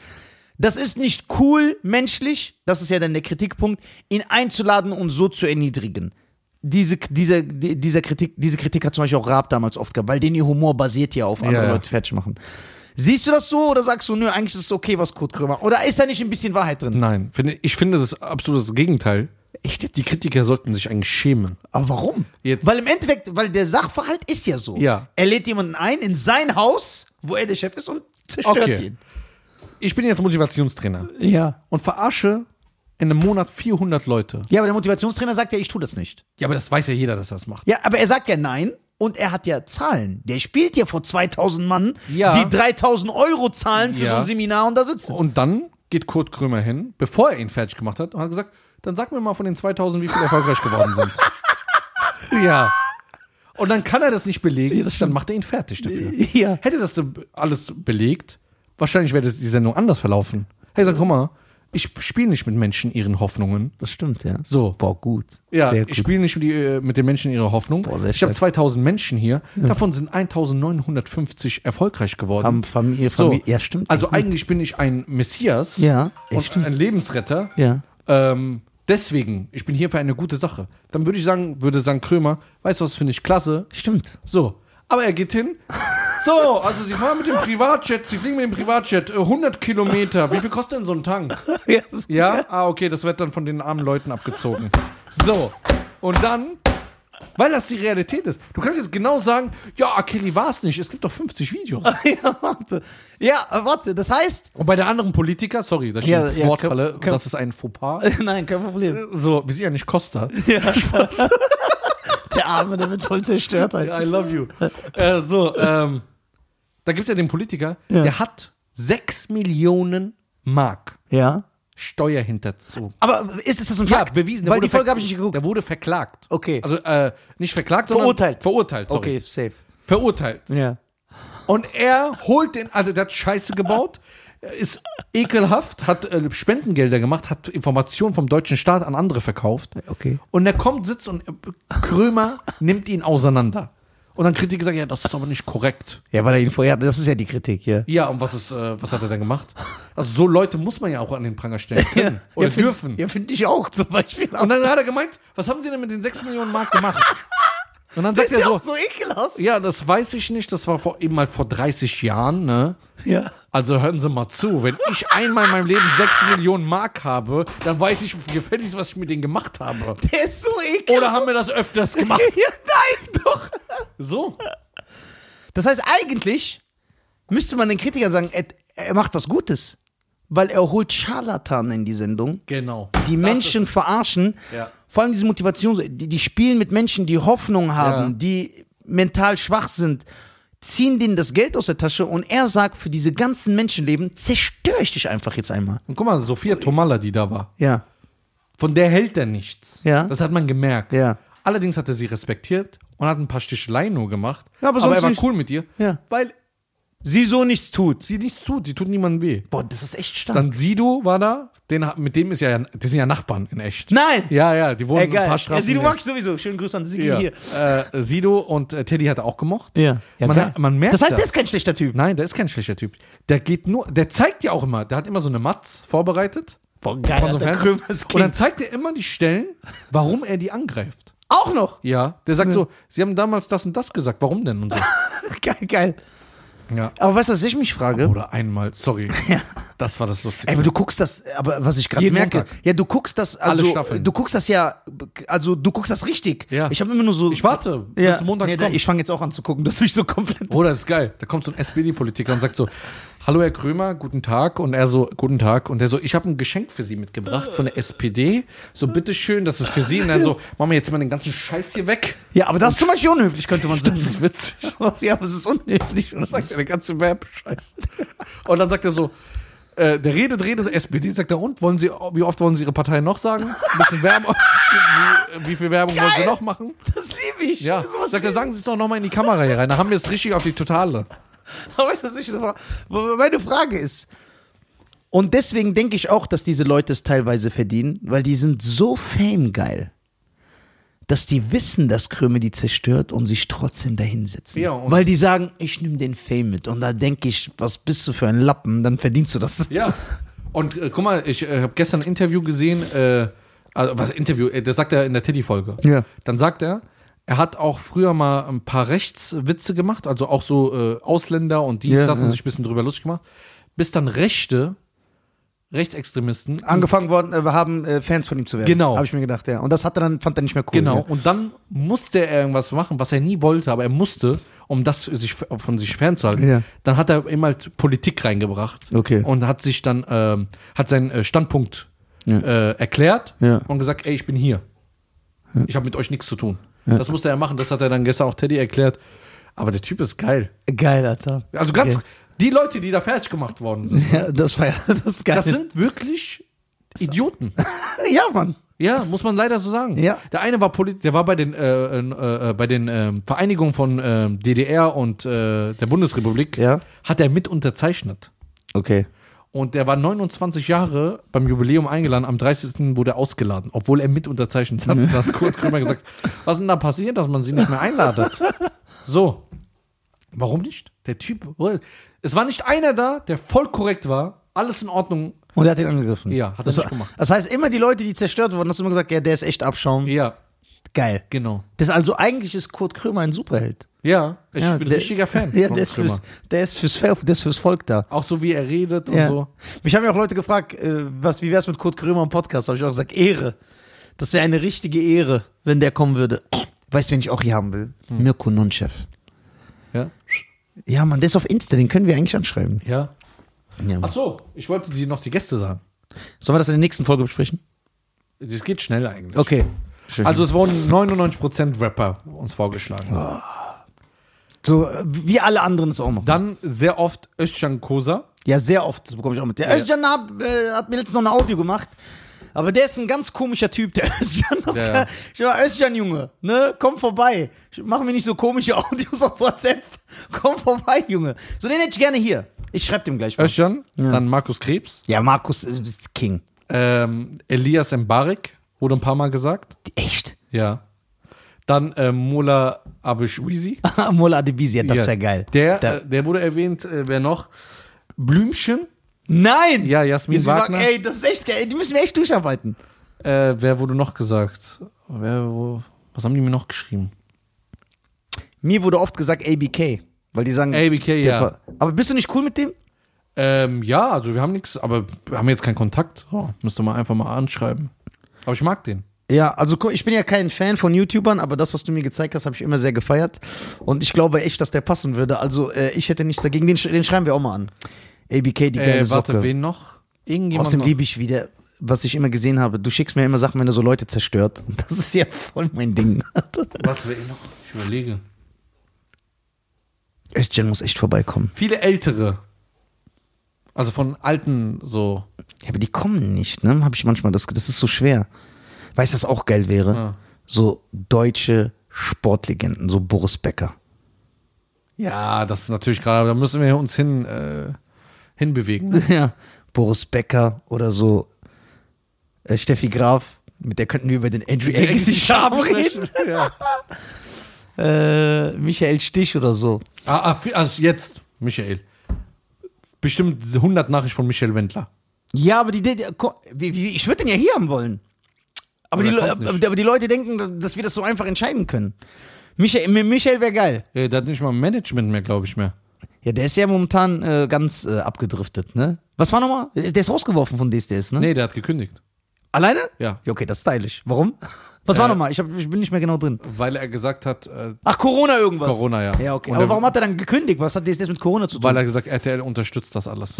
Das ist nicht cool menschlich, das ist ja dann der Kritikpunkt, ihn einzuladen und so zu erniedrigen. Diese, diese, die- dieser Kritik, diese Kritik hat zum Beispiel auch Raab damals oft gehabt, weil den ihr Humor basiert ja auf andere Ja, ja. Leute fertig machen. Siehst du das so oder sagst du, nö, eigentlich ist es okay, was Kurt Krömer. Oder ist da nicht ein bisschen Wahrheit drin? Nein, finde, ich finde das ist absolut das Gegenteil. Echt jetzt? Die Kritiker sollten sich eigentlich schämen. Aber warum? Jetzt- Weil im Endeffekt, weil der Sachverhalt ist ja so. Ja. Er lädt jemanden ein in sein Haus, wo er der Chef ist und zerstört Okay. ihn. Ich bin jetzt Motivationstrainer Ja. und verarsche in einem Monat 400 Leute. Ja, aber der Motivationstrainer sagt ja, ich tue das nicht. Ja, aber das weiß ja jeder, dass das macht. Ja, aber er sagt ja nein und er hat ja Zahlen. Der spielt ja vor 2000 Mann, Ja. die 3000 Euro zahlen für Ja. Oh, so ein Seminar und da sitzen. Und dann geht Kurt Krömer hin, bevor er ihn fertig gemacht hat, und hat gesagt, dann sag mir mal von den 2000, wie viele erfolgreich geworden sind. ja. Und dann kann er das nicht belegen, dann macht er ihn fertig dafür. Ja. Hätte das so alles belegt, wahrscheinlich wäre das- die Sendung anders verlaufen. Hey, sag, guck mal, ich spiele nicht mit Menschen ihren Hoffnungen. Das stimmt, ja. So. Boah, gut. Ja, Sehr ich gut. spiele nicht mit, die, äh, mit den Menschen ihre Hoffnung. Boah, sehr ich habe stark. 2000 Menschen hier, davon sind 1950 erfolgreich geworden. Haben Familie- Familie- ja, stimmt. Also Echt gut. eigentlich bin ich ein Messias Ja, und echt stimmt. ein Lebensretter. Ja. Ähm, deswegen, ich bin hier für eine gute Sache. Dann würde ich sagen, würde sagen Krömer, weißt du was, finde ich klasse. Stimmt. So, aber er geht hin. So, also sie fahren mit dem Privatjet, sie fliegen mit dem Privatjet äh, 100 Kilometer. Wie viel kostet denn so ein Tank? Ja. Ja? Ah, okay, das wird dann von den armen Leuten abgezogen. So. Und dann, weil das die Realität ist. Du kannst jetzt genau sagen, ja, R. Kelly war es nicht. Es gibt doch 50 Videos. ja, warte. Ja, äh, warte, das heißt. Und bei der anderen Politiker, sorry, das ist Ja, ein ja, Wortfalle, komm, komm. das ist ein Fauxpas. Nein, kein Problem. So, wir sind ja nicht Costa. Der Arme, der wird voll zerstört. Halt. I love you. äh, so, ähm, da gibt es ja den Politiker, der hat 6 Millionen Mark Ja. Steuer hinterzogen. Aber ist das ein Ja, Fakt? bewiesen. der Weil wurde die Folge verk- habe ich nicht geguckt. Der wurde verklagt. Okay. Also, äh, nicht verklagt, sondern Verurteilt. Verurteilt, sorry. Okay, safe. verurteilt. Ja. Und er holt den, also der hat Scheiße gebaut, ist ekelhaft, hat äh, Spendengelder gemacht, hat Informationen vom deutschen Staat an andere verkauft. Okay. Und er kommt, sitzt und äh, Krömer nimmt ihn auseinander. Und dann Kritiker sagen, ja, das ist aber nicht korrekt. Ja, weil er ihn vorher. Das ist ja die Kritik, ja. Ja, und was ist, äh, was hat er denn gemacht? Also so Leute muss man ja auch an den Pranger stellen können oder ja, find- dürfen. Ja, finde ich auch zum Beispiel. Und dann hat er gemeint, was haben sie denn mit den 6 Millionen Mark gemacht? Und dann sagt ist ja er auch so, so ekelhaft. ja, das weiß ich nicht, das war vor, eben mal vor 30 Jahren, ne? Ja. Also hören Sie mal zu, wenn ich einmal in meinem Leben 6 Millionen Mark habe, dann weiß ich gefälligst, was ich mit denen gemacht habe. Der ist so ekelhaft. Oder haben wir das öfters gemacht? Ja, nein, doch. So? Das heißt, eigentlich müsste man den Kritikern sagen, er, er macht was Gutes. Weil er holt Scharlatan in die Sendung, Genau. die Menschen verarschen. Ja. Vor allem diese Motivation, die, die spielen mit Menschen, die Hoffnung haben, Ja. die mental schwach sind, ziehen denen das Geld aus der Tasche und er sagt, für diese ganzen Menschenleben zerstöre ich dich einfach jetzt einmal. Und guck mal, Sophia Tomalla, die da war, Ja. von der hält er nichts. Ja. Das hat man gemerkt. Ja. Allerdings hat er sie respektiert und hat ein paar Sticheleien nur gemacht. Ja, aber sonst er war nicht. cool mit ihr, Ja. weil Sie so nichts tut. sie nichts tut. Die tut niemandem weh. Boah, das ist echt stark. Dann Sido war da, den, hat- mit dem ist ja, die sind ja Nachbarn in echt. Nein! Ja, ja, die wohnen Ey, geil. ein paar Straßen. ja, Sido näher. mag ich sowieso. Schönen Gruß an Sigi Ja. hier. Äh, Sido und äh, Teddy hat er auch gemocht. man, geil. hat- man merkt das heißt, der ist kein schlechter Typ. Nein, der ist kein schlechter Typ. Der geht nur, der zeigt ja auch immer, der hat immer so eine Matz vorbereitet. Boah, von so einem Fernseh- ist und dann zeigt er immer die Stellen, warum er die angreift. Auch noch. Ja, der sagt so, sie haben damals das und das gesagt, warum denn und so. Geil, geil. Ja. Oh, Aber weißt du, was ich mich frage? Oder einmal, sorry. Das war das Lustige. Ey, aber du guckst das, aber was ich gerade Jeden merke, Montag. ja, du guckst das, also, Staffeln. du guckst das ja, also, du guckst das richtig. Ja. Ich habe immer nur so. ich warte, Ja. bis montags Nee, da- kommt. Oh. Ich fange jetzt auch an zu gucken, dass mich so komplett. Bruder, das ist geil. Da kommt so ein SPD-Politiker und sagt so, hallo Herr Krömer, guten Tag. Und er so, guten Tag. Und er so, ich habe ein Geschenk für Sie mitgebracht von der SPD. So, bitteschön, das ist für Sie. Und er so, machen wir jetzt mal den ganzen Scheiß hier weg. Ja, aber das ist zum Beispiel unhöflich, könnte man Das sagen. ist witzig. Ja, aber es ist unhöflich. Und dann sagt er eine ganze Map Scheiße. Und dann sagt er so, äh, der redet, redet, SPD sagt er, und wollen Sie, wie oft wollen Sie Ihre Partei noch sagen? Ein bisschen Werbung. wie, wie viel Werbung wollen Sie noch machen? Das liebe ich. Ja. Sowas Sagt er, liebe sagen Sie es doch nochmal in die Kamera hier rein. Da haben wir es richtig auf die Totale. Aber das ist nicht eine Frage. Meine Frage ist, und deswegen denke ich auch, dass diese Leute es teilweise verdienen, weil die sind so famegeil, dass die wissen, dass Kröme die zerstört und sich trotzdem dahinsetzen. Ja, und- weil die sagen, ich nehme den Fame mit. Und da denke ich, was bist du für ein Lappen, dann verdienst du das. Ja. Und äh, guck mal, ich äh, habe gestern ein Interview gesehen, äh, also was Interview, äh, das sagt er in der Teddy-Folge. Ja. Dann sagt er, er hat auch früher mal ein paar Rechtswitze gemacht, also auch so äh, Ausländer und dies, Ja, das und ja. sich ein bisschen drüber lustig gemacht, bis dann Rechte, Rechtsextremisten, Angefangen worden, äh, wir haben äh, Fans von ihm zu werden. Genau. Habe ich mir gedacht, ja. Und das hat er dann, fand er nicht mehr cool. genau, Ja. und dann musste er irgendwas machen, was er nie wollte, aber er musste, um das sich, von sich fernzuhalten. Ja. Dann hat er immer halt Politik reingebracht Okay. und hat sich dann, ähm, hat seinen äh, Standpunkt äh, erklärt Ja. und gesagt, ey, ich bin hier. Ich habe mit euch nichts zu tun. Das musste er machen, das hat er dann gestern auch Teddy erklärt. Aber der Typ ist geil. Geil, Alter. Also ganz, Okay. die Leute, die da fertig gemacht worden sind, Ja, das war ja, das ist geil. das sind wirklich Idioten. ja, Mann. Ja, muss man leider so sagen. Ja. Der eine war Polit der war bei den, äh, äh, äh, bei den ähm, Vereinigungen von ähm, DDR und äh, der Bundesrepublik, Ja. hat er mit unterzeichnet. Okay. Und der war 29 Jahre beim Jubiläum eingeladen, am 30. wurde er ausgeladen, obwohl er mit unterzeichnet hat. Da hat Kurt Krömer gesagt, was ist denn da passiert, dass man sie nicht mehr einladet? So. Warum nicht? Der Typ, oh, es war nicht einer da, der voll korrekt war, alles in Ordnung. Und er hat ihn angegriffen. Ja, hat er das nicht war- gemacht. Das heißt, immer die Leute, die zerstört wurden, hast du immer gesagt, ja, der ist echt Abschaum. Ja, Geil. genau. Das also eigentlich ist Kurt Krömer ein Superheld. Ja, ich ja, bin der- richtiger Fan. Ja, von der ist, Krömer. fürs, der, ist fürs, Fel- der ist fürs Volk da. Auch so wie er redet und Ja. so. Mich haben ja auch Leute gefragt, äh, was, wie wär's mit Kurt Krömer im Podcast? Habe ich auch gesagt, Ehre. Das wäre eine richtige Ehre, wenn der kommen würde. Weißt du, wen ich auch hier haben will? Hm. Mirko Nonchef. Ja. Ja, Mann, der ist auf Insta, den können wir eigentlich anschreiben. ja. Ja, Mann. Ach so, ich wollte dir noch die Gäste sagen. Sollen wir das in der nächsten Folge besprechen? Das geht schnell eigentlich. Okay. Also es wurden 99% Rapper uns vorgeschlagen. so, äh, wie alle anderen es auch machen. Dann sehr oft Özcan Kosa. Ja, sehr oft, das bekomme ich auch mit. Der Özcan hab, äh, hat mir letztens noch ein Audio gemacht. Aber der ist ein ganz komischer Typ, der Özcan. Das Ja. kann, ich war Özcan, Junge, ne? Komm vorbei. Ich- Mach mir nicht so komische Audios auf WhatsApp. Komm vorbei, Junge. So, den hätte ich gerne hier. Ich schreibe dem gleich mal. Özcan, dann Markus Krebs, ja, Markus äh, ist King. ähm, Elias Mbarek, wurde ein paar Mal gesagt. Echt? Ja. Dann ähm, Mola Abishwizi. Mola Adebisi, ja, das wäre geil. Der, Da- äh, der wurde erwähnt, äh, wer noch? Blümchen. Nein! Ja, Jasmin Jetzt, wir Wagner. machen- Ey, das ist echt geil. Die müssen wir echt durcharbeiten. Äh, wer wurde noch gesagt? Wer, wo, was haben die mir noch geschrieben? Mir wurde oft gesagt ABK. Weil die sagen. ABK, der ja. Ver- Aber bist du nicht cool mit dem? Ähm, ja, also wir haben nichts, aber wir haben jetzt keinen Kontakt. Oh, müsste man einfach mal anschreiben. Aber ich mag den. Ja, also gu- ich bin ja kein Fan von YouTubern, aber das, was du mir gezeigt hast, habe ich immer sehr gefeiert. Und ich glaube echt, dass der passen würde. Also äh, ich hätte nichts dagegen. Den, sch- den schreiben wir auch mal an. ABK, die geile Äh, warte, Socke. wen noch? Irgendjemand Aus dem noch? liebe ich wieder, was ich immer gesehen habe. Du schickst mir immer Sachen, wenn du so Leute zerstört. Und das ist ja voll mein Ding. Warte, wen noch? Ich überlege. Özcan muss echt vorbeikommen. Viele ältere. Also von alten so. Ja, aber die kommen nicht, ne? Habe ich manchmal das. Das ist so schwer. Weißt du, was auch geil wäre? Ja. So deutsche Sportlegenden, so Boris Becker. Ja, das ist natürlich gerade, da müssen wir uns hin, äh, hinbewegen. Ja. Boris Becker oder so äh, Steffi Graf, mit der könnten wir über den Andrew Agassi Sharp reden. Ja. Äh, Michael Stich oder so. Ah, ah, viel- also jetzt, Michael. Bestimmt 100 Nachrichten von Michael Wendler. Ja, aber die, die, die ko- wie, wie, ich würde den ja hier haben wollen. Aber, Aber die, der Le- kommt aber, nicht. aber die Leute denken, dass- dass wir das so einfach entscheiden können. Michael, Mi- Michael wäre geil. Äh, Der hat nicht mal Management mehr, glaube ich, mehr. Ja, der ist ja momentan äh, ganz äh, abgedriftet, ne? Was war nochmal? Der ist rausgeworfen von DSDS, ne? Nee, der hat gekündigt. Alleine? Ja. Ja, okay, das ist stylisch. Warum? Was war Äh, nochmal? Ich, hab- ich bin nicht mehr genau drin. Weil er gesagt hat, äh, Ach, Corona irgendwas. Corona, ja. Ja, okay. Und Aber er- warum hat er dann gekündigt? Was hat das jetzt mit Corona zu tun? weil er gesagt RTL unterstützt das alles.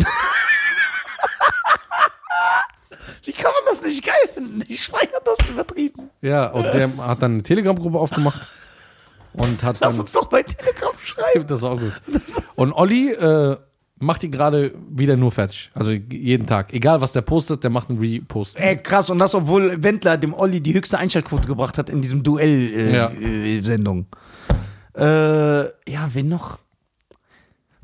Wie kann man das nicht geil finden? Ich feiere das übertrieben. ja, und der hat dann eine Telegram-Gruppe aufgemacht und hat Lass dann. uns doch bei Telegram schreiben. Das war auch gut. Und Olli äh, macht ihn gerade wieder nur fertig. Also jeden Tag. Egal, was der postet, der macht einen Repost. Ey, krass, und das, obwohl Wendler dem Olli die höchste Einschaltquote gebracht hat in diesem äh, Ja. Duell-Sendung. Äh, ja. wen noch?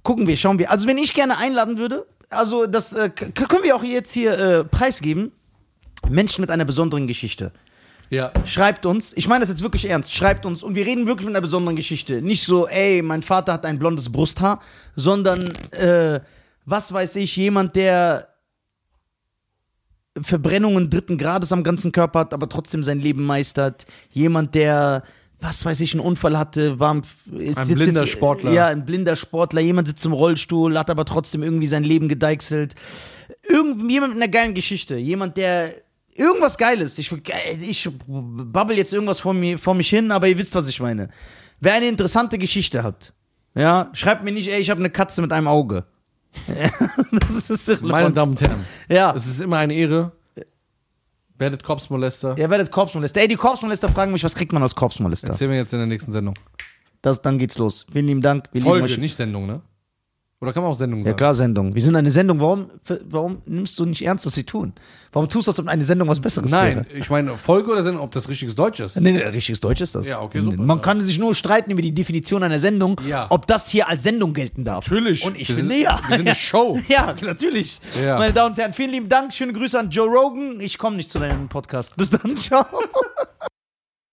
Gucken wir, schauen wir. Also, wenn ich gerne einladen würde, also das äh, k- können wir auch jetzt hier äh, preisgeben. Menschen mit einer besonderen Geschichte. Ja. Schreibt uns, ich meine das jetzt wirklich ernst, schreibt uns und wir reden wirklich mit einer besonderen Geschichte. Nicht so, ey, mein Vater hat ein blondes Brusthaar, sondern, äh, was weiß ich, jemand, der Verbrennungen dritten Grades am ganzen Körper hat, aber trotzdem sein Leben meistert. Jemand, der, was weiß ich, einen Unfall hatte, war im, ist, Ein blinder Sportler. Ja, ein blinder Sportler. Jemand sitzt im Rollstuhl, hat aber trotzdem irgendwie sein Leben gedeichselt. Irgend, jemand mit einer geilen Geschichte. Jemand, der irgendwas Geiles. Ich, ich babbel jetzt irgendwas vor, mir, vor mich hin, aber ihr wisst, was ich meine. Wer eine interessante Geschichte hat, ja, schreibt mir nicht, ey, ich habe eine Katze mit einem Auge. das ist irrelevant. Meine Damen und Herren, ja. es ist immer eine Ehre. Äh. Werdet Korpsmolester. Ihr werdet Korpsmolester. Ey, die Korpsmolester fragen mich, was kriegt man als Korpsmolester? Erzählen wir jetzt in der nächsten Sendung. Das, dann geht's los. Vielen lieben Dank. Wir lieben Folge, euch. nicht Sendung, ne? Oder kann man auch Sendung Ja sagen? klar, Sendung. Wir sind eine Sendung. Warum, f- warum nimmst du nicht ernst, was sie tun? Warum tust du, als ob eine Sendung was Besseres wäre? Nein, ich meine Folge oder Sendung, ob das richtiges Deutsch ist. Nee, nee, richtiges Deutsch ist das. Ja, okay, super. Man kann sich nur streiten über die Definition einer Sendung, Ja. ob das hier als Sendung gelten darf. Natürlich. Und ich Wir finde sind- ja. wir sind eine Show. Ja, natürlich. Ja. Meine Damen und Herren, vielen lieben Dank. Schöne Grüße an Joe Rogan. Ich komme nicht zu deinem Podcast. Bis dann. Ciao.